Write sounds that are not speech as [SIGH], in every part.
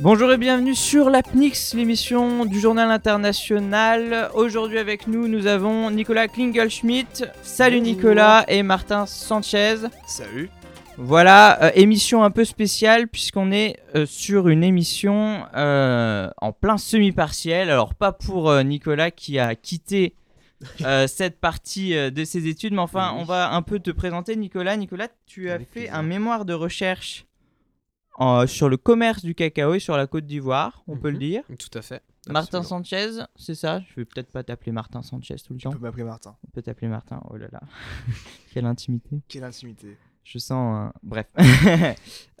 Bonjour et bienvenue sur l'APNIX, l'émission du journal international. Aujourd'hui avec nous, nous avons Nicolas Klingelschmidt. Salut Bonjour. Nicolas et Martin Sanchez. Salut. Voilà, euh, émission un peu spéciale puisqu'on est euh, sur une émission euh, en plein semi-partiel. Alors pas pour euh, Nicolas qui a quitté euh, [LAUGHS] cette partie euh, de ses études, mais enfin Oui. on va un peu te présenter Nicolas. Nicolas, tu as Avec fait plaisir. un mémoire de recherche en- euh, sur le commerce du cacao et sur la Côte d'Ivoire, on peut le Mhm. dire. Tout à fait. Martin Absolument. Sanchez, c'est ça Je vais peut-être pas t'appeler Martin Sanchez tout le Tu temps. peux m'appeler Martin. On peut t'appeler Martin, oh là là. [LAUGHS] Quelle intimité. Quelle intimité. Je sens un... Bref. [LAUGHS] C'est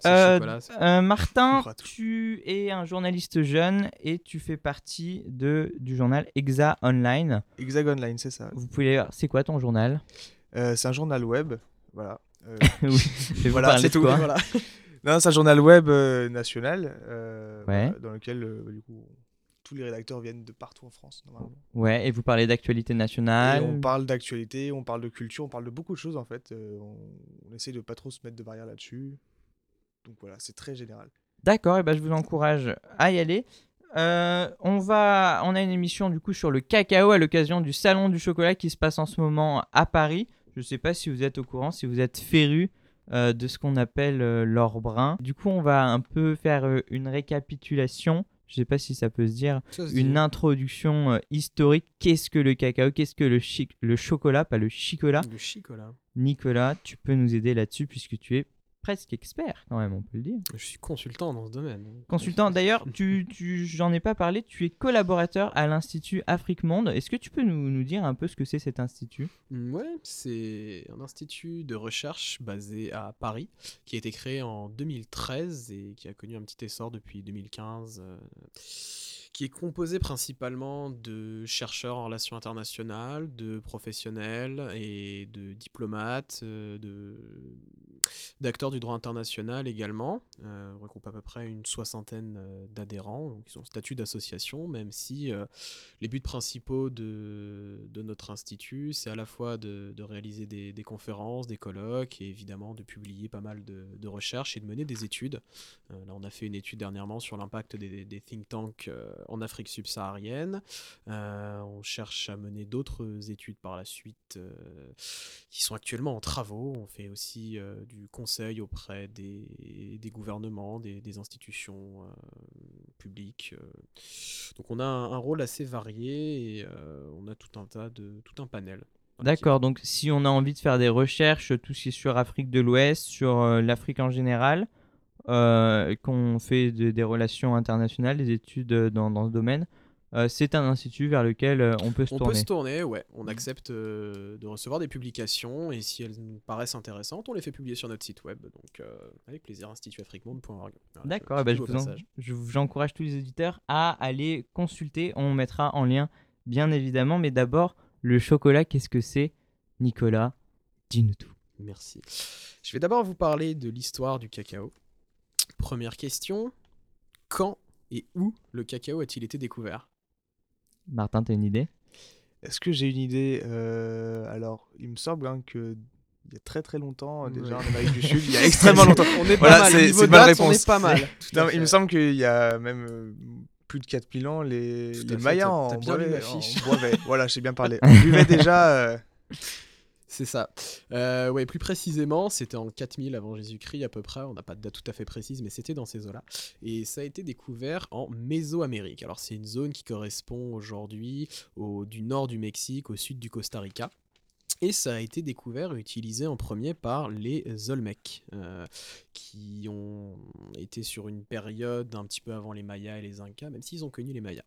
Euh, chocolat, c'est- Euh, Martin, comprends tout. tu es un journaliste jeune et tu fais partie de, du journal Exa Online. Hexagon Line, c'est ça. Vous pouvez aller voir, c'est quoi ton journal [LAUGHS] Euh, c'est un journal web. Voilà. Euh, Oui, [LAUGHS] je vais vous voilà, parler c'est de tout. quoi. voilà. [LAUGHS] Non, c'est un journal web euh, national euh, Ouais. voilà, dans lequel euh, du coup, tous les rédacteurs viennent de partout en France. Normalement. Ouais, et vous parlez d'actualité Et nationale. on parle d'actualité, on parle de culture, on parle de beaucoup de choses en fait. Euh, on, on essaie de pas trop se mettre de barrière là-dessus. Donc voilà, c'est très général. D'accord, et ben je vous encourage à y aller. Euh, on va, on a une émission du coup sur le cacao à l'occasion du salon du chocolat qui se passe en ce moment à Paris. Je ne sais pas si vous êtes au courant, si vous êtes féru euh, de ce qu'on appelle euh, l'or brun. Du coup, on va un peu faire euh, une récapitulation. Je ne sais pas si ça peut se dire Ça se dit. une introduction euh, historique. Qu'est-ce que le cacao Qu'est-ce que le, chi- le chocolat Pas le chicolat. Le chicolat. Nicolas, tu peux nous aider là-dessus puisque tu es presque expert quand même, on peut le dire. Je suis consultant dans ce domaine. Consultant, d'ailleurs, tu, [LAUGHS] tu- j'en ai pas parlé, tu es collaborateur à l'Institut Afrique Monde. Est-ce que tu peux nous, nous dire un peu ce que c'est cet institut Mm, Ouais, c'est un institut de recherche basé à Paris qui a été créé en 2013 et qui a connu un petit essor depuis 2015, euh, qui est composé principalement de chercheurs en relations internationales, de professionnels et de diplomates, euh, de d'acteurs du droit international également, euh, regroupe à peu près une soixantaine euh, d'adhérents, donc ils ont statut d'association, même si euh, les buts principaux de, de notre institut, c'est à la fois de, de réaliser des, des conférences, des colloques, et évidemment de publier pas mal de, de recherches et de mener des études. Euh, là, on a fait une étude dernièrement sur l'impact des, des think tanks euh, en Afrique subsaharienne. Euh, on cherche à mener d'autres études par la suite euh, qui sont actuellement en travaux. On fait aussi euh, du conseil auprès des, des gouvernements, des, des institutions euh, publiques. euh, donc on a un, un rôle assez varié et euh, on a tout un tas de tout un panel. Voilà, qui- D'accord, donc si on a envie de faire des recherches, tout ce qui est sur Afrique de l'Ouest, sur euh, l'Afrique en général, euh, qu'on fait de- des relations internationales, des études euh, dans, dans ce domaine, euh, c'est un institut vers lequel euh, on peut se On peut tourner. Mm. se tourner, ouais. On accepte euh, de recevoir des publications et si elles nous paraissent intéressantes, on les fait publier sur notre site web. Donc euh, avec plaisir, institutafriquemonde.org. Voilà, je- D'accord, je eh ben, dis je au vous en- passage. je vous- j'encourage tous les éditeurs à aller consulter. On mettra en lien, bien évidemment. Mais d'abord, le chocolat, qu'est-ce que c'est Nicolas, dis-nous tout. Merci. Je vais d'abord vous parler de l'histoire du cacao. Première question quand et où le cacao a-t-il été découvert Martin, t'as une idée Est-ce que j'ai une idée Euh, Alors, il me semble hein, que il y a très très longtemps, euh, déjà Ouais. en Amérique du Sud, [LAUGHS] il y a extrêmement longtemps. On est pas Voilà, mal. c'est- Niveau c'est une bonne date, on réponse. est [LAUGHS] pas mal. Non, mais il me semble qu'il y a même euh, plus de 4000 ans, les, Tout à les fait, Mayas t'as- en, t'as bien lu buvaient, ma fiche. en [LAUGHS] buvaient. voilà, j'ai bien parlé. On buvait déjà. euh, C'est ça. Euh, ouais, plus précisément, c'était en 4000 avant Jésus-Christ à peu près. On n'a pas de date tout à fait précise, mais c'était dans ces eaux-là. Et ça a été découvert en Mésoamérique. Alors c'est une zone qui correspond aujourd'hui au, du nord du Mexique au sud du Costa Rica. Et ça a été découvert et utilisé en premier par les Olmecs, euh, qui ont été sur une période un petit peu avant les Mayas et les Incas, même s'ils ont connu les Mayas.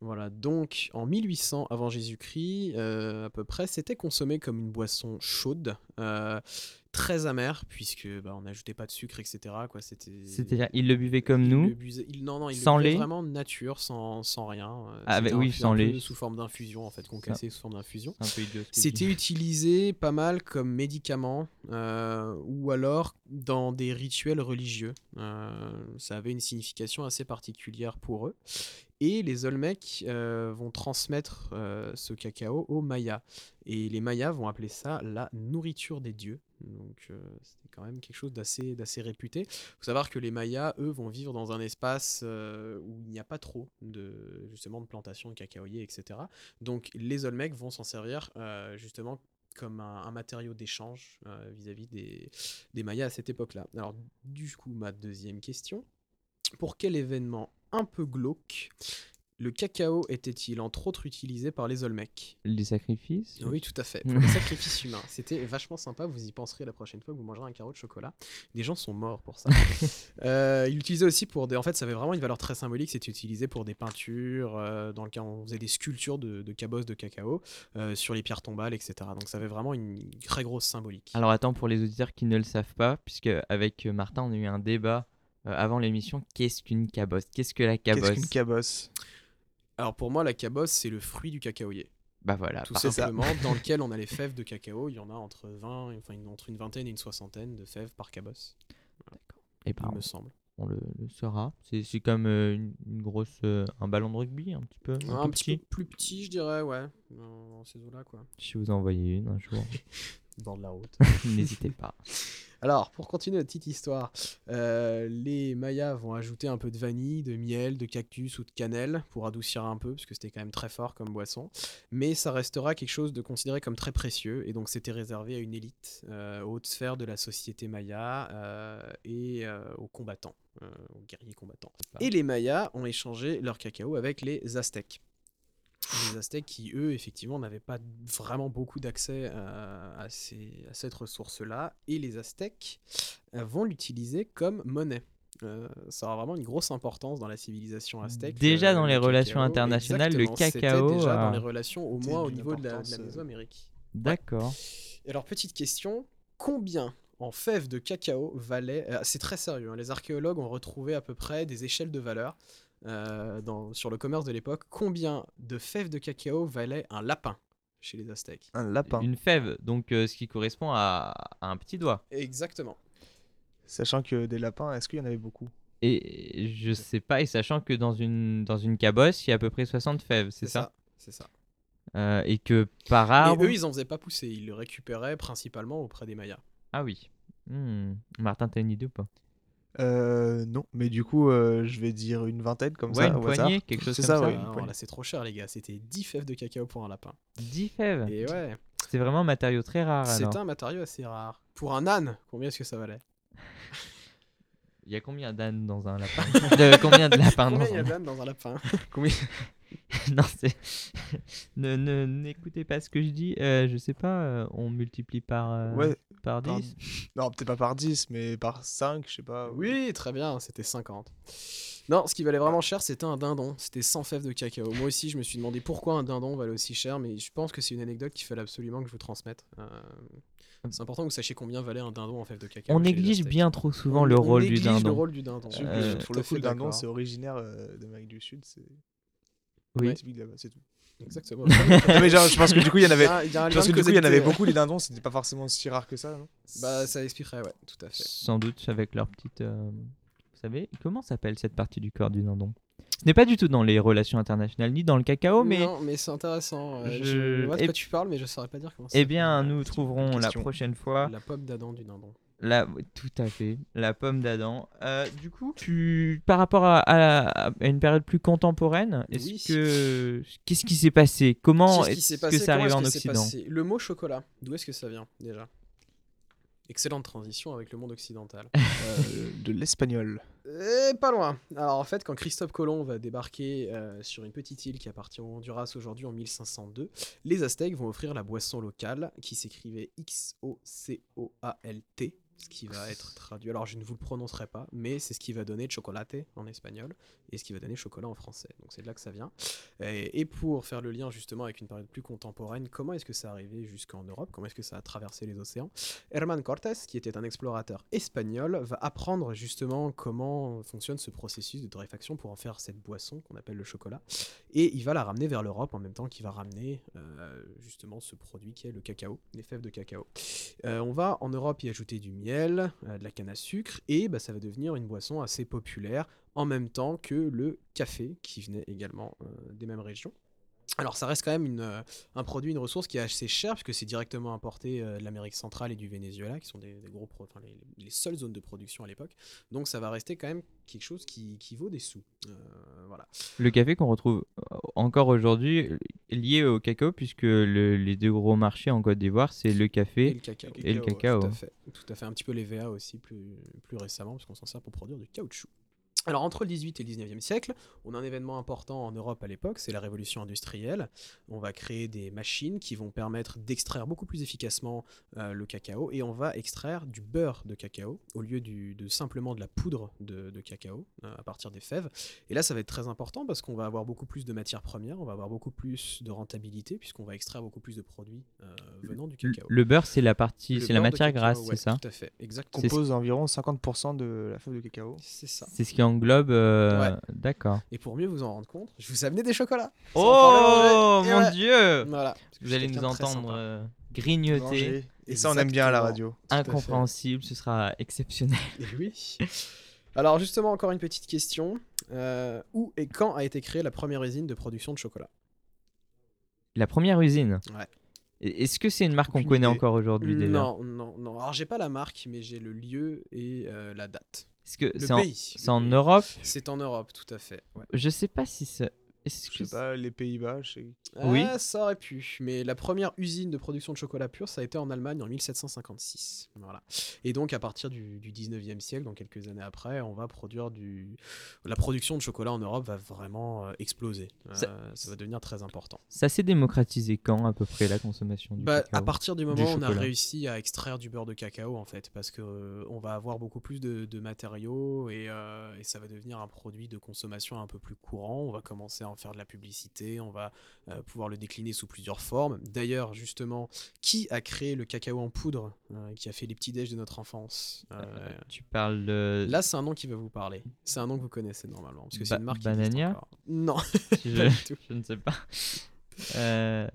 Voilà, donc en 1800 avant Jésus-Christ, euh, à peu près, c'était consommé comme une boisson chaude, euh, très amère, puisque bah, on n'ajoutait pas de sucre, etc. quoi, C'était C'est-à-dire, il le buvait comme il nous. le buvait- il- non, non, il sans le buvait lait. vraiment nature, sans, sans rien. euh, Ah, c'était bah oui, infusé sans un peu lait. Sous forme d'infusion, en fait, qu'on Ça. cassait sous forme d'infusion. C'est un peu idiot, ce que je dis. C'était utilisé pas mal comme médicament euh, ou alors dans des rituels religieux. Euh, ça avait une signification assez particulière pour eux. Et les Olmecs euh, vont transmettre euh, ce cacao aux Mayas. Et les Mayas vont appeler ça la nourriture des dieux. Donc euh, c'était quand même quelque chose d'assez d'assez réputé. Il faut savoir que les Mayas, eux, vont vivre dans un espace euh, où il n'y a pas trop de, justement, de plantations de cacaoyers, etc. Donc les Olmecs vont s'en servir euh, justement comme un, un matériau d'échange euh, vis-à-vis des, des Mayas à cette époque-là. Alors du coup, ma deuxième question. Pour quel événement un peu glauque le cacao était-il entre autres utilisé par les Olmecs Les sacrifices oui, tout [LAUGHS] à fait. Pour le sacrifice humain. C'était vachement sympa. Vous y penserez la prochaine fois que vous mangerez un carreau de chocolat. Des gens sont morts pour [LAUGHS] ça. euh, il l'utilisait aussi pour des. En fait, ça avait vraiment une valeur très symbolique. C'était utilisé pour des peintures, euh, dans le cas où on faisait des sculptures de, de cabosses de cacao euh, sur les pierres tombales, etc. Donc ça avait vraiment une très grosse symbolique. Alors attends, pour les auditeurs qui ne le savent pas, puisque avec euh, Martin, on a eu un débat euh, avant l'émission, qu'est-ce qu'une cabosse Qu'est-ce que la Qu'est-ce cabosse qu'une cabosse Alors pour moi, la cabosse, c'est le fruit du cacaoyer. Bah voilà, tout par- c'est ça. simplement, [LAUGHS] dans lequel on a les fèves de cacao. Il y en a entre, 20, enfin, entre une vingtaine et une soixantaine de fèves par cabosse, eh ben, il me semble. on le, le saura. C'est c'est comme euh, une, une grosse, euh, un ballon de rugby, un petit peu, un Un, tout petit petit. peu plus petit, je dirais, ouais. Dans, dans ces eaux-là, quoi. Si vous en voyez une un [LAUGHS] jour, Bord de la route. n'hésitez pas. [LAUGHS] Alors, pour continuer notre petite histoire, euh, les Mayas vont ajouter un peu de vanille, de miel, de cactus ou de cannelle pour adoucir un peu, parce que c'était quand même très fort comme boisson. Mais ça restera quelque chose de considéré comme très précieux, et donc c'était réservé à une élite, euh, aux hautes sphères de la société Maya euh, et euh, aux combattants, euh, aux guerriers combattants. Et les Mayas ont échangé leur cacao avec les Aztèques. Les Aztèques qui, eux, effectivement, n'avaient pas vraiment beaucoup d'accès euh, à, ces- à cette ressource-là. Et les Aztèques euh, vont l'utiliser comme monnaie. Euh, ça aura vraiment une grosse importance dans la civilisation aztèque. Déjà le- dans le les cacao. relations internationales, le Exactement, c'était cacao euh, déjà a- dans les relations, au C'était moins au d'une niveau de la, de la importance, euh, Mésoamérique. D'accord. Et Alors, petite question, combien en fèves de cacao valait... euh, c'est très sérieux, hein, les archéologues ont retrouvé à peu près des échelles de valeur euh, dans- sur le commerce de l'époque. Combien de fèves de cacao valait un lapin chez les Aztèques Un lapin. Une fève, donc euh, ce qui correspond à, à un petit doigt. Exactement. Sachant que des lapins, est-ce qu'il y en avait beaucoup Et je sais pas, et sachant que dans une, dans une cabosse, il y a à peu près 60 fèves, c'est ça, Ah C'est ça. Euh, Et que par Et arbre. eux, ils en faisaient pas pousser, ils le récupéraient principalement auprès des Mayas. Ah oui. Hmm. Martin, t'as une idée ou pas euh, Non, mais du coup, euh, je vais dire une vingtaine comme Ouais, ça. une au hasard. poignée, quelque chose C'est comme ça, ça. ouais. Ah, une non, poignée. là, c'est trop cher, les gars. C'était 10 fèves de cacao pour un lapin. 10 fèves. Et ouais, C'est vraiment un matériau très rare. c'est Alors. un matériau assez rare. Pour un âne, combien est-ce que ça valait Il y a combien d'ânes dans un lapin de, Combien de lapins dans Combien il y a un d'ânes dans un lapin [LAUGHS] Non, c'est. ne ne- n'écoutez pas ce que je dis. euh, je sais pas, euh, on multiplie par, euh, Ouais, par par- 10. non, peut-être pas par 10, mais par 5, je sais pas. Oui, très bien, c'était 50. Non, ce qui valait vraiment cher, c'était un dindon. C'était 100 fèves de cacao. Moi aussi, je me suis demandé pourquoi un dindon valait aussi cher, mais je pense que c'est une anecdote qu'il fallait absolument que je vous transmette. Euh, c'est important que vous sachiez combien valait un dindon en fèves de cacao. Hum. On chez les néglige Aztèques. bien trop souvent On- le on rôle du néglige le dindon. rôle du dindon. Surtout que Euh, pour tout le à coup, fait le dindon, d'accord. c'est originaire euh, d'Amérique du Sud. C'est Oui. typique de là-bas, c'est tout. [LAUGHS] Exactement. Non, mais genre, je pense que du coup, il y en [LAUGHS] avait. Il y a un Je lien pense que de du coup, il y en avait causalité. beaucoup, les dindons, c'était pas forcément si rare que ça, non Bah, ça expliquerait, ouais, tout à fait. Sans doute avec leur petite. euh, Vous savez, comment s'appelle cette partie du corps du dindon Ce n'est pas du tout dans les relations internationales ni dans le cacao, Oh, mais. Non, mais c'est intéressant. euh, Je- Je... vois de Eh- quoi tu parles, mais je saurais pas dire comment ça Eh s'appelle, bien, euh, nous trouverons la question. prochaine fois La pomme d'Adam du dindon. La, oui, tout à fait, la pomme d'Adam. Euh, du coup, tu, par rapport à, à la- à une période plus contemporaine, est-ce Oui. que qu'est-ce qui s'est passé Comment Qu'est-ce qui est-ce s'est que passé ça Comment arrive est-ce en que c'est Occident passé Le mot chocolat, d'où est-ce que ça vient déjà Excellente transition avec le monde occidental. Euh, De l'espagnol. Et Euh, pas loin. Alors en fait, quand Christophe Colomb va débarquer euh, sur une petite île qui appartient au Honduras aujourd'hui en 1502, les Aztèques vont offrir la boisson locale qui s'écrivait X-O-C-O-A-L-T ce qui va être traduit. Alors, je ne vous le prononcerai pas, mais c'est ce qui va donner chocolaté en espagnol et ce qui va donner chocolat en français. Donc, c'est de là que ça vient. Et, et pour faire le lien justement avec une période plus contemporaine, comment est-ce que ça arrivé jusqu'en Europe Comment est-ce que ça a traversé les océans Herman Cortés, qui était un explorateur espagnol, va apprendre justement comment fonctionne ce processus de torréfaction pour en faire cette boisson qu'on appelle le chocolat. Et il va la ramener vers l'Europe en même temps qu'il va ramener euh, justement ce produit qui est le cacao, les fèves de cacao. Euh, on va en Europe y ajouter du miel, euh, de la canne à sucre, et bah, ça va devenir une boisson assez populaire en même temps que le café qui venait également euh, des mêmes régions. Alors ça reste quand même une, euh, un produit, une ressource qui est assez chère puisque c'est directement importé euh, de l'Amérique centrale et du Venezuela qui sont des, des gros, pro- enfin, les, les seules zones de production à l'époque. Donc ça va rester quand même quelque chose qui, qui vaut des sous. Euh, voilà. Le café qu'on retrouve euh, encore aujourd'hui lié au cacao, puisque le- les deux gros marchés en Côte d'Ivoire, c'est le Et café le cacao. et le cacao, cacao. Tout à fait, tout à fait. Un petit peu les VA aussi plus, plus récemment, parce qu'on s'en sert pour produire du caoutchouc. Alors entre le 18 et le 19e siècle, on a un événement important en Europe à l'époque, c'est la révolution industrielle. On va créer des machines qui vont permettre d'extraire beaucoup plus efficacement euh, le cacao et on va extraire du beurre de cacao au lieu du- de simplement de la poudre de, de cacao euh, à partir des fèves. Et là, ça va être très important parce qu'on va avoir beaucoup plus de matières premières, on va avoir beaucoup plus de rentabilité puisqu'on va extraire beaucoup plus de produits euh, venant du cacao. Le beurre, c'est la partie, Le c'est la beurre de matière cacao, grasse, ouais, c'est ça Tout à fait, exactement. C'est- compose environ 50% de la fève de cacao. C'est ça. C'est ce qui englobe. euh, Ouais. D'accord. Et pour mieux vous en rendre compte, je vous amenais des chocolats. Ça en Oh parlait à mon Angers. Et ouais. dieu Voilà. Parce Vous que je suis allez nous quelqu'un de très entendre sympa. euh, grignoter, Manger. Et ça, on aime bien à la radio. à fait. incompréhensible, ce sera exceptionnel. [LAUGHS] [LAUGHS] Et Eh oui. Alors justement, encore une petite question. Euh, où et quand a été créée la première usine de production de chocolat La première usine. Ouais. Et- Est-ce que c'est une marque qu'on Aucune connaît idée. encore aujourd'hui déjà Non, non, non. Alors j'ai pas la marque, mais j'ai le lieu et euh, la date. Est-ce que Le c'est en, pays. c'est en Le pays. Europe C'est en Europe, tout à fait. ouais. Je sais pas si ça. est-ce Je que sais pas, les Pays-Bas, je sais. Oui. Ah, ça aurait pu. Mais la première usine de production de chocolat pur, ça a été en Allemagne en 1756. Voilà. Et donc, à partir du, du 19e siècle, dans quelques années après, on va produire du. La production de chocolat en Europe va vraiment euh, exploser. Euh, Ça- ça... va devenir très important. Ça s'est démocratisé quand à peu près la consommation du Bah, à cacao partir du moment où on a chocolat. réussi à extraire du beurre de cacao, en fait, parce que euh, on va avoir beaucoup plus de, de matériaux et, euh, et ça va devenir un produit de consommation un peu plus courant. On va commencer à en faire de la publicité, on va euh, pouvoir le décliner sous plusieurs formes. D'ailleurs, justement, qui a créé le cacao en poudre, euh, qui a fait les petits déj de notre enfance Euh, Tu parles de. [LAUGHS] Là, c'est un nom qui va vous parler. C'est un nom que vous connaissez normalement, parce que c'est Ba- une marque. qui existe Banania encore. Non, je... pas du tout. je ne sais pas. Euh,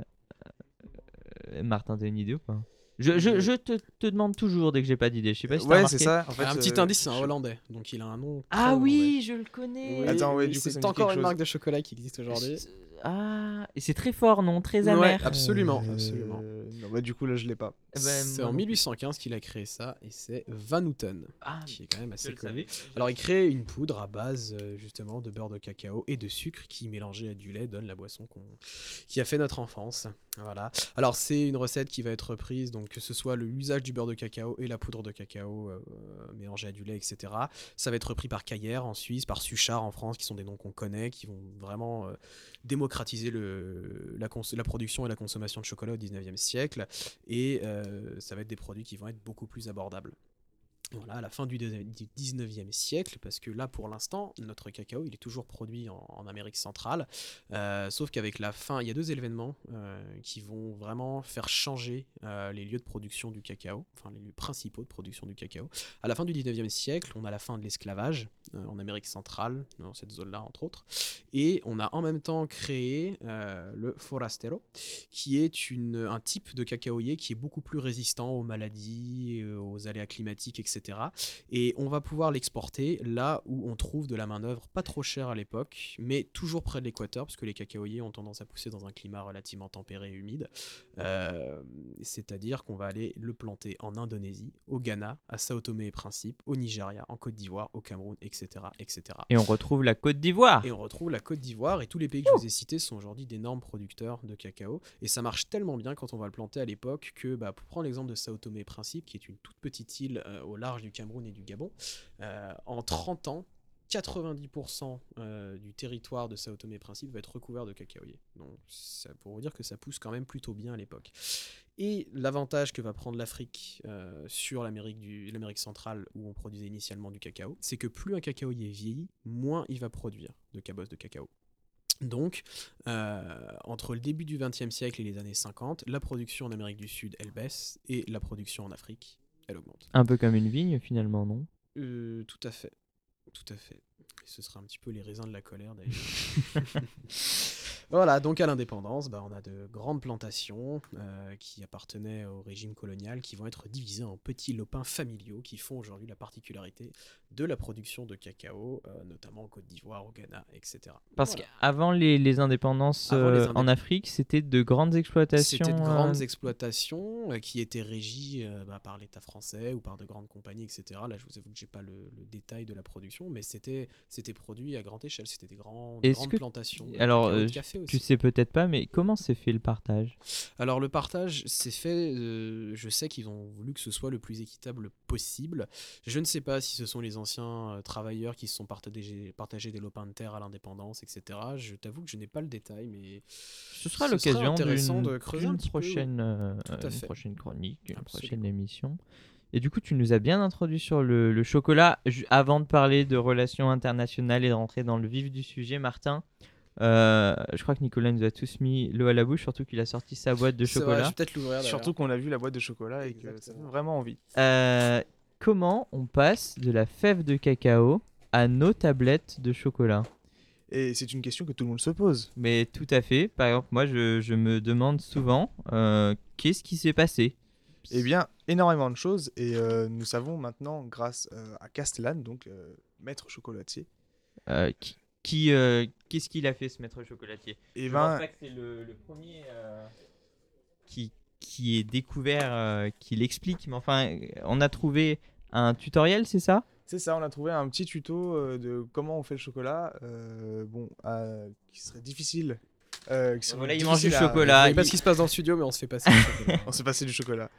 euh, Martin, t'as une idée ou pas je, Euh, je- je te, te demande toujours dès que j'ai pas d'idée. Je sais pas si t'as ouais, remarqué. c'est ça. En fait, [LAUGHS] un euh, petit indice, hein, c'est un je- hollandais, donc il a un nom. Ah très hollandais. oui, je le connais. Oui, Attends, ouais, oui, du coup, ça me c'est dit encore quelque une chose. marque de chocolat qui existe aujourd'hui. C'est- Ah, et c'est très fort, non Très Ouais, amer. absolument, Euh, absolument. Ah, Non, bah, du coup, là, je l'ai pas. Eh ben, c'est moi en non plus. 1815 qu'il a créé ça et c'est Van Houten, Ah, qui est quand même je assez le connu. savais. Alors il crée une poudre à base euh, justement de beurre de cacao et de sucre qui mélangé à du lait donne la boisson qu'on qui a fait notre enfance. Voilà. Alors c'est une recette qui va être reprise donc que ce soit le- l'usage du beurre de cacao et la poudre de cacao euh, mélangée à du lait etc. Ça va être repris par Caillère en Suisse, par Suchard en France qui sont des noms qu'on connaît qui vont vraiment euh, démocratiser le, la, cons- la production et la consommation de chocolat au 19e siècle et euh, ça va être des produits qui vont être beaucoup plus abordables. Voilà, à la fin du deuxi- du 19e siècle, parce que là, pour l'instant, notre cacao, il est toujours produit en, en Amérique centrale. Euh, sauf qu'avec la fin, il y a deux événements euh, qui vont vraiment faire changer euh, les lieux de production du cacao, enfin les lieux principaux de production du cacao. À la fin du 19e siècle, on a la fin de l'esclavage euh, en Amérique centrale, dans cette zone-là, entre autres. Et on a en même temps créé euh, le forastero, qui est une, un type de cacaoyer qui est beaucoup plus résistant aux maladies, euh, aux aléas climatiques, etc. Et on va pouvoir l'exporter là où on trouve de la main-d'œuvre pas trop chère à l'époque, mais toujours près de l'équateur, parce que les cacaoyers ont tendance à pousser dans un climat relativement tempéré et humide. Euh, C'est-à-dire qu'on va aller le planter en Indonésie, au Ghana, à Sao Tomé et Principe, au Nigeria, en Côte d'Ivoire, au Cameroun, etc. etc. Et on retrouve la Côte d'Ivoire. Et on retrouve la Côte d'Ivoire et tous les pays que je vous ai cités sont aujourd'hui d'énormes producteurs de cacao. Et ça marche tellement bien quand on va le planter à l'époque que, bah, pour prendre l'exemple de Sao Tomé et Principe, qui est une toute petite île euh, au large du Cameroun et du Gabon, euh, en 30 ans, 90% euh, du territoire de Sao Tomé et Principe va être recouvert de cacaoyers. Donc, ça pour vous dire que ça pousse quand même plutôt bien à l'époque. Et l'avantage que va prendre l'Afrique euh, sur l'Amérique du- l'Amérique centrale, où on produisait initialement du cacao, c'est que plus un cacaoyer vieillit, moins il va produire de cabosses de cacao. Donc, euh, entre le début du XXe siècle et les années 50, la production en Amérique du Sud, elle baisse, et la production en Afrique, elle augmente. Un peu comme une vigne finalement, non Euh, tout à fait. Tout à fait. Et ce sera un petit peu les raisins de la colère d'ailleurs. voilà, donc à l'indépendance, bah, on a de grandes plantations euh, qui appartenaient au régime colonial qui vont être divisées en petits lopins familiaux qui font aujourd'hui la particularité de la production de cacao, euh, notamment en Côte d'Ivoire, au Ghana, etc. Parce Voilà. qu'avant les, les indépendances Avant les euh, en indép- Afrique, c'était de grandes exploitations. C'était de grandes euh, exploitations euh, qui étaient régies euh, bah, par l'État français ou par de grandes compagnies, etc. Là, je vous avoue que j'ai pas le, le détail de la production, mais c'était c'était produit à grande échelle. C'était des grandes, Est-ce grandes que- plantations. de alors, cacao et de euh, café Tu aussi. sais peut-être pas, mais comment s'est fait le partage Alors le partage, c'est fait. euh, je sais qu'ils ont voulu que ce soit le plus équitable possible. Je ne sais pas si ce sont les anciens euh, travailleurs qui se sont partagés, partagés des lopins de terre à l'indépendance, etc. Je t'avoue que je n'ai pas le détail, mais Ce sera ce sera l'occasion intéressant d'une de creuser un d'une petit peu, oui. prochaine, euh, Tout à une fait. prochaine chronique, une Absolument. prochaine émission. Et du coup, tu nous as bien introduit sur le, le chocolat. Ju- avant de parler de relations internationales et de rentrer dans le vif du sujet, Martin, euh, je crois que Nicolas nous a tous mis l'eau à la bouche, surtout qu'il a sorti sa boîte de C'est vrai, je chocolat. vais peut-être l'ouvrir. d'ailleurs. Surtout qu'on a vu la boîte de chocolat et que ça fait bah, Exactement. vraiment envie. Euh, comment on passe de la fève de cacao à nos tablettes de chocolat Et c'est une question que tout le monde se pose. Mais tout à fait. Par exemple, moi, je, je me demande souvent euh, qu'est-ce qui s'est passé Eh bien, énormément de choses. Et euh, nous savons maintenant, grâce euh, à Castellane, donc euh, maître chocolatier, Euh, qui, qui, euh, qu'est-ce qu'il a fait ce maître chocolatier et Je ben, pense pas que c'est le, le premier euh, qui, qui est découvert, euh, qui l'explique. Mais enfin, euh, on a trouvé un tutoriel, c'est ça C'est ça, on a trouvé un petit tuto euh, de comment on fait le chocolat, euh, bon, euh, qui serait difficile. euh, qui serait Voilà, il difficile mange du à- Je chocolat. sais pas ce qui se passe dans le studio, mais on se fait passer. le chocolat. [LAUGHS] On s'est passé du chocolat.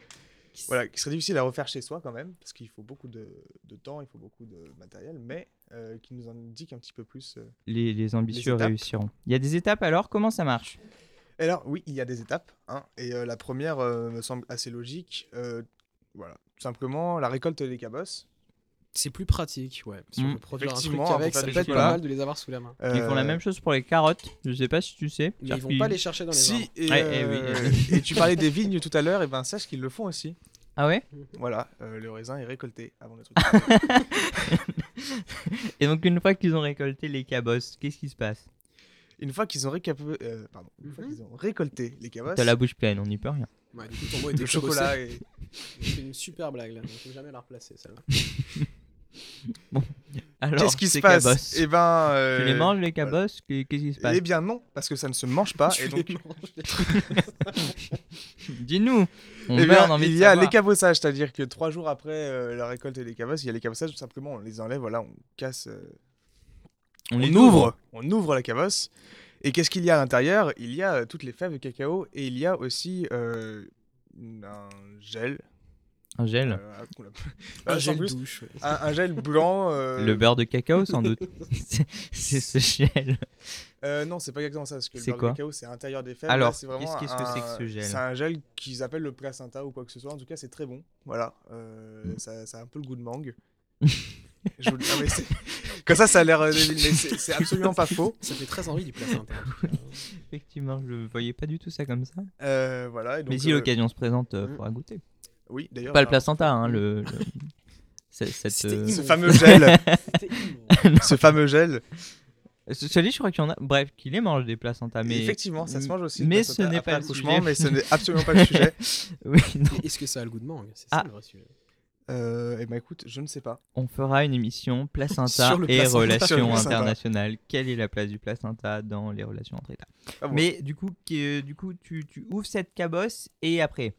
Qui s- Voilà, qui serait difficile à refaire chez soi quand même, parce qu'il faut beaucoup de, de temps, il faut beaucoup de matériel, mais euh, qui nous indique un petit peu plus. euh. Les, les ambitieux Les étapes. réussiront. Il y a des étapes alors Comment ça marche Et Alors, oui, il y a des étapes, hein, et euh, la première euh, me semble assez logique. euh, voilà, tout simplement la récolte des cabosses. [LAUGHS] C'est plus pratique, ouais. Si on Mm. peut produire un truc Effectivement, avec, pour faire ça des peut être chocolats. pas mal de les avoir sous la main. Ils font la Euh, même chose pour les carottes. Je sais pas si tu sais. Mais ils C'est-à-dire vont qu'ils- pas les chercher dans les arbres. Si, et, Ouais, eh oui, euh, eh et tu parlais des vignes tout à l'heure, et ben sache qu'ils le font aussi. Ah ouais Voilà, euh, le raisin est récolté avant d'être Et donc une fois qu'ils ont récolté les cabosses, qu'est-ce qui se passe Une fois qu'ils ont, récap- euh, pardon, une fois Mhm. qu'ils ont récolté les cabosses, T'as la bouche pleine, on n'y peut rien. Ouais, du coup, ton mot le était [LAUGHS] chocolat est... C'est une super blague là, donc je vais jamais la replacer celle-là. Alors, Qu'est-ce qui se ces passe cabosses, Eh ben, euh, Tu les manges les cabosses Que- Qu'est-ce qui se passe Eh bien non, parce que ça ne se mange [LAUGHS] pas. Ah, et donc, [LAUGHS] Dis-nous On eh meurt bien, d'envie de il y a savoir. l'écabossage, c'est-à-dire que trois jours après euh, la récolte des cabosses, il y a l'écabossage, tout simplement on les enlève, voilà, on casse, euh, les ouvre, on ouvre la cabosse. Et qu'est-ce qu'il y a à l'intérieur Il y a euh, toutes les fèves de cacao et il y a aussi euh, un gel. Un gel. euh, qu'on [LAUGHS] l'appelle- Un Sans gel plus, douche. ouais. un, un gel blanc. euh, Le beurre de cacao, sans [LAUGHS] doute. C'est- c'est ce gel. Euh, non, c'est pas exactement ça, parce que le C'est beurre de quoi cacao, c'est à l'intérieur des fèves. Alors, Là, c'est vraiment qu'est-ce- qu'est-ce que c'est que ce un- gel C'est un gel qu'ils appellent le placenta ou quoi que ce soit. En tout cas, c'est très bon. Voilà, Euh, Mm. ça, ça a un peu le goût de [LAUGHS] mangue. Je vous le- ah, mais c'est- Comme ça, ça a l'air euh, débile, mais c'est c'est absolument pas faux. Ça fait très envie du placenta. en tout cas. [LAUGHS] Effectivement, je voyais pas du tout ça comme ça. Euh, voilà, et donc, Mais si euh, l'occasion se présente, euh, mm. faudra goûter. oui, d'ailleurs, Pas le alors, placenta, hein, le... [LAUGHS] le- c'est- cette, C'était euh, Ce fameux [LAUGHS] gel, C'était immonde. ce fameux gel. ce- Celui, je crois qu'il y en a... Bref, qu'il les mange, des placentas. Ah, Mais... Effectivement, ça se mange aussi. le mais placenta ce n'est après pas le accouchement, sujet. mais ce n'est absolument pas le [LAUGHS] sujet. [LAUGHS] Oui, non. Mais Est-ce que ça a le goût de mangue C'est Ah. ça le vrai sujet. Euh, eh ben écoute, je ne sais pas. On fera une émission placenta Sur le et placenta. Sur le relations placenta. internationales. Quelle est la place du placenta dans les relations entre États Ah bon. Mais du coup, qui- euh, du coup tu, tu ouvres cette cabosse et après.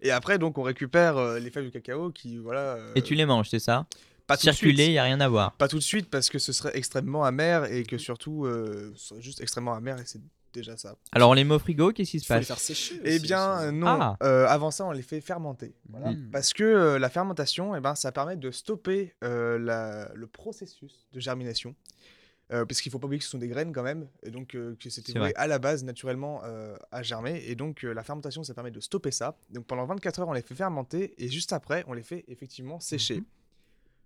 Et après, donc, on récupère euh, les fèves du cacao qui, voilà. Et tu les manges, c'est ça Euh, pas tout de suite. Circuler, il n'y a rien à voir. Pas tout de suite parce que ce serait extrêmement amer et que surtout euh, ce serait juste extrêmement amer et c'est déjà ça. Alors, on les met au frigo, qu'est-ce qui se faut les passe faire sécher. aussi, Eh il bien, me euh, semble. non. Ah. Euh, avant ça, on les fait fermenter. Voilà. Mm. Parce que euh, la fermentation, eh ben, ça permet de stopper euh, la- le processus de germination. Euh, parce qu'il faut pas oublier que ce sont des graines quand même, et donc euh, que c'était C'est voué vrai. à la base naturellement euh, à germer, et donc euh, la fermentation ça permet de stopper ça. Donc pendant 24 heures on les fait fermenter, et juste après on les fait effectivement sécher. Mhm.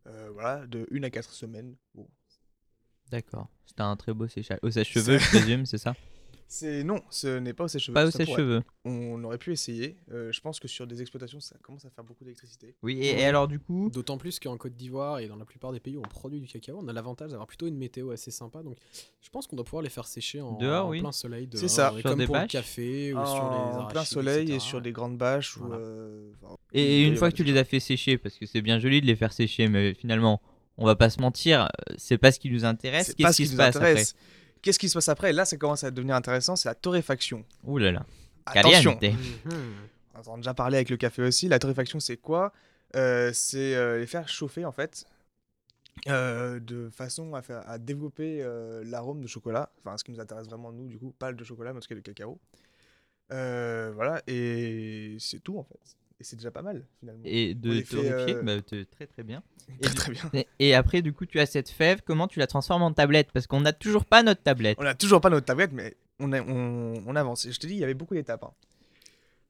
Euh, voilà, de 1 à 4 semaines. Bon, D'accord. C'était un très beau séchage. [LAUGHS] Au sèche-cheveux, je présume, c'est ça C'est non, ce n'est pas au sèche-cheveux. Pas au ça pourrait. sèche-cheveux. On aurait pu essayer. Euh, je pense que sur des exploitations, ça commence à faire beaucoup d'électricité. Oui, et, et alors, du coup. D'autant plus qu'en Côte d'Ivoire et dans la plupart des pays où on produit du cacao, on a l'avantage d'avoir plutôt une météo assez sympa. Donc je pense qu'on doit pouvoir les faire sécher en, Dehors, en oui. plein soleil dehors. C'est ça. et Sur comme des pour le bâches. café ou sur les en plein arachides, soleil et etc.. sur des grandes bâches. Voilà. Ou, euh, enfin, Et il une y a fois pas que tu de- les as fait sécher, parce que c'est bien joli de les faire sécher, mais finalement, on va pas se mentir, euh, c'est pas ce qui nous intéresse. c'est pas Qu'est-ce ce qui qui se nous passe après intéresse. Qu'est-ce qui se passe après Là, ça commence à devenir intéressant, c'est la torréfaction. Ouh là là. Attention, Caliente. Mhm. on en a déjà parlé avec le café aussi. La torréfaction, c'est quoi Euh, C'est euh, les faire chauffer en fait, euh, de façon à, faire, à développer euh, l'arôme de chocolat. Enfin, ce qui nous intéresse vraiment nous, du coup, pas le de chocolat, mais en tout cas le cacao. Euh, voilà, et c'est tout en fait. Et c'est déjà pas mal finalement. [LAUGHS] Et On de les fait, torréfier, euh, bah, te- très très bien. Et, très du- très bien. et- et après, du coup, tu as cette fève, comment tu la transformes en tablette Parce qu'on n'a toujours pas notre tablette. On n'a toujours pas notre tablette, mais on, a- on, on avance. Et je te dis, il y avait beaucoup d'étapes. hein.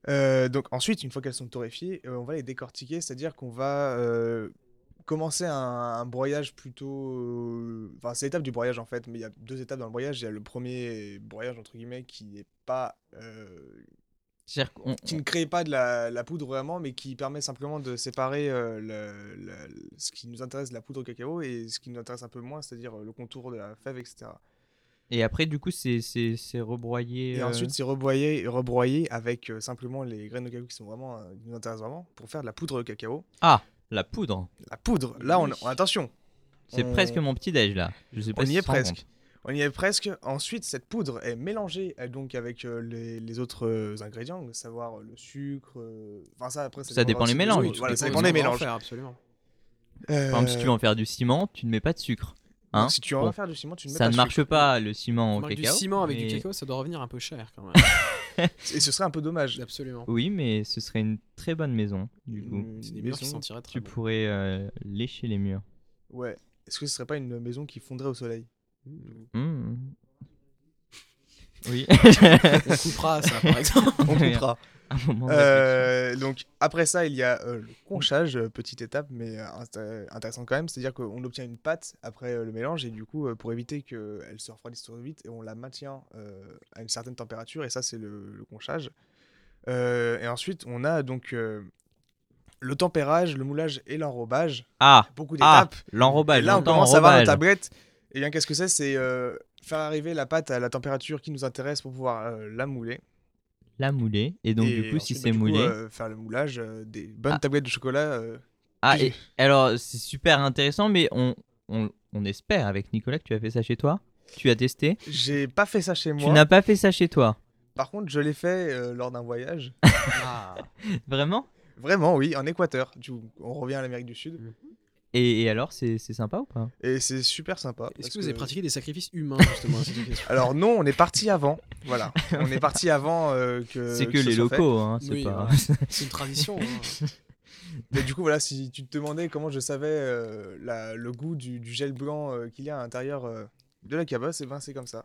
Euh, donc ensuite, une fois qu'elles sont torréfiées, euh, on va les décortiquer, c'est-à-dire qu'on va euh, commencer un, un broyage plutôt... euh, Enfin, c'est l'étape du broyage en fait, mais il y a deux étapes dans le broyage. Il y a le premier broyage, entre guillemets, qui n'est pas... euh, C'est-à-dire qu'on- qui ne crée pas de la, la poudre vraiment, mais qui permet simplement de séparer euh, le- le- ce qui nous intéresse de la poudre au cacao et ce qui nous intéresse un peu moins, c'est-à-dire euh, le contour de la fève, etc. Et après, du coup, c'est c'est- c'est rebroyé. Et euh, ensuite, c'est rebroyé, rebroyé avec euh, simplement les graines de cacao qui sont vraiment, euh, qui nous intéressent vraiment pour faire de la poudre de cacao. la poudre. La poudre, là, on, Oui. on- attention, C'est On- presque mon petit déj là. Je sais pas on si y est tu te rends presque. compte. On y est presque. Ensuite, cette poudre est mélangée euh, donc avec euh, les, les autres euh, ingrédients, à savoir euh, le sucre. euh, Enfin, ça, après, Ça dépend les aussi des mélanges, autres. tout Voilà, ça dépend dépend des des comment on va mélanges. en faire, absolument. Par exemple, si Euh, tu veux en faire du ciment, tu ne mets pas de sucre. Hein si tu en Bon. vas faire du ciment, tu ne mets ça pas ne de marche sucre. pas le ciment au Marque du cacao. ciment avec mais- du cacao, ça doit revenir un peu cher quand même. [LAUGHS] Et ce serait un peu dommage. absolument. Oui, mais ce serait une très bonne maison. Du coup, Une C'est des murs qui maison- sentiraient très tu bon. pourrais euh, lécher les murs. Ouais. Est-ce que ce serait pas une maison qui fondrait au soleil Mhm. Mmh. [LAUGHS] Oui. On coupera ça [LAUGHS] par exemple. On comprend. Un moment de réflexion. Euh, donc après ça, il y a euh, le conchage, euh, petite étape, mais euh, inté- intéressante quand même. C'est-à-dire qu'on obtient une pâte après euh, le mélange et du coup, euh, pour éviter qu'elle se refroidisse trop vite, et on la maintient euh, à une certaine température et ça, c'est le, le conchage. Euh, et ensuite, on a donc euh, le tempérage, le moulage et l'enrobage. Ah, Beaucoup ah, d'étapes. et l'enrobage. là, on j'entends commence à voir la enrobage. tablette. Et bien, qu'est-ce que c'est C'est euh, faire arriver la pâte à la température qui nous intéresse pour pouvoir euh, la mouler. La moulée. Et donc, Et du coup, si ensuite, bah, c'est du coup, moulé. euh, faire le moulage euh, des bonnes Ah. tablettes de chocolat. euh, Ah, j'ai- et- alors, c'est super intéressant, mais on, on, on espère avec Nicolas que tu as fait ça chez toi. Tu as testé. J'ai pas fait ça chez Tu moi. n'as pas fait ça chez toi. [LAUGHS] Par contre, je l'ai fait euh, lors d'un voyage. Ah. Vraiment Vraiment, oui, en Équateur. Du coup, on revient à l'Amérique du Sud. et, et alors, c'est c'est sympa ou pas Et c'est super sympa. Est-ce parce que vous avez pratiqué des sacrifices humains justement à [LAUGHS] cette occasion Alors non, on est parti avant. Voilà, on est parti avant euh, que. C'est que ce les soit fait. locaux, hein, c'est Oui, pas. C'est une tradition. hein. Mais du coup, voilà, si tu te demandais comment je savais euh, la- le goût du, du gel blanc euh, qu'il y a à l'intérieur euh, de la cabosse, et ben c'est comme ça.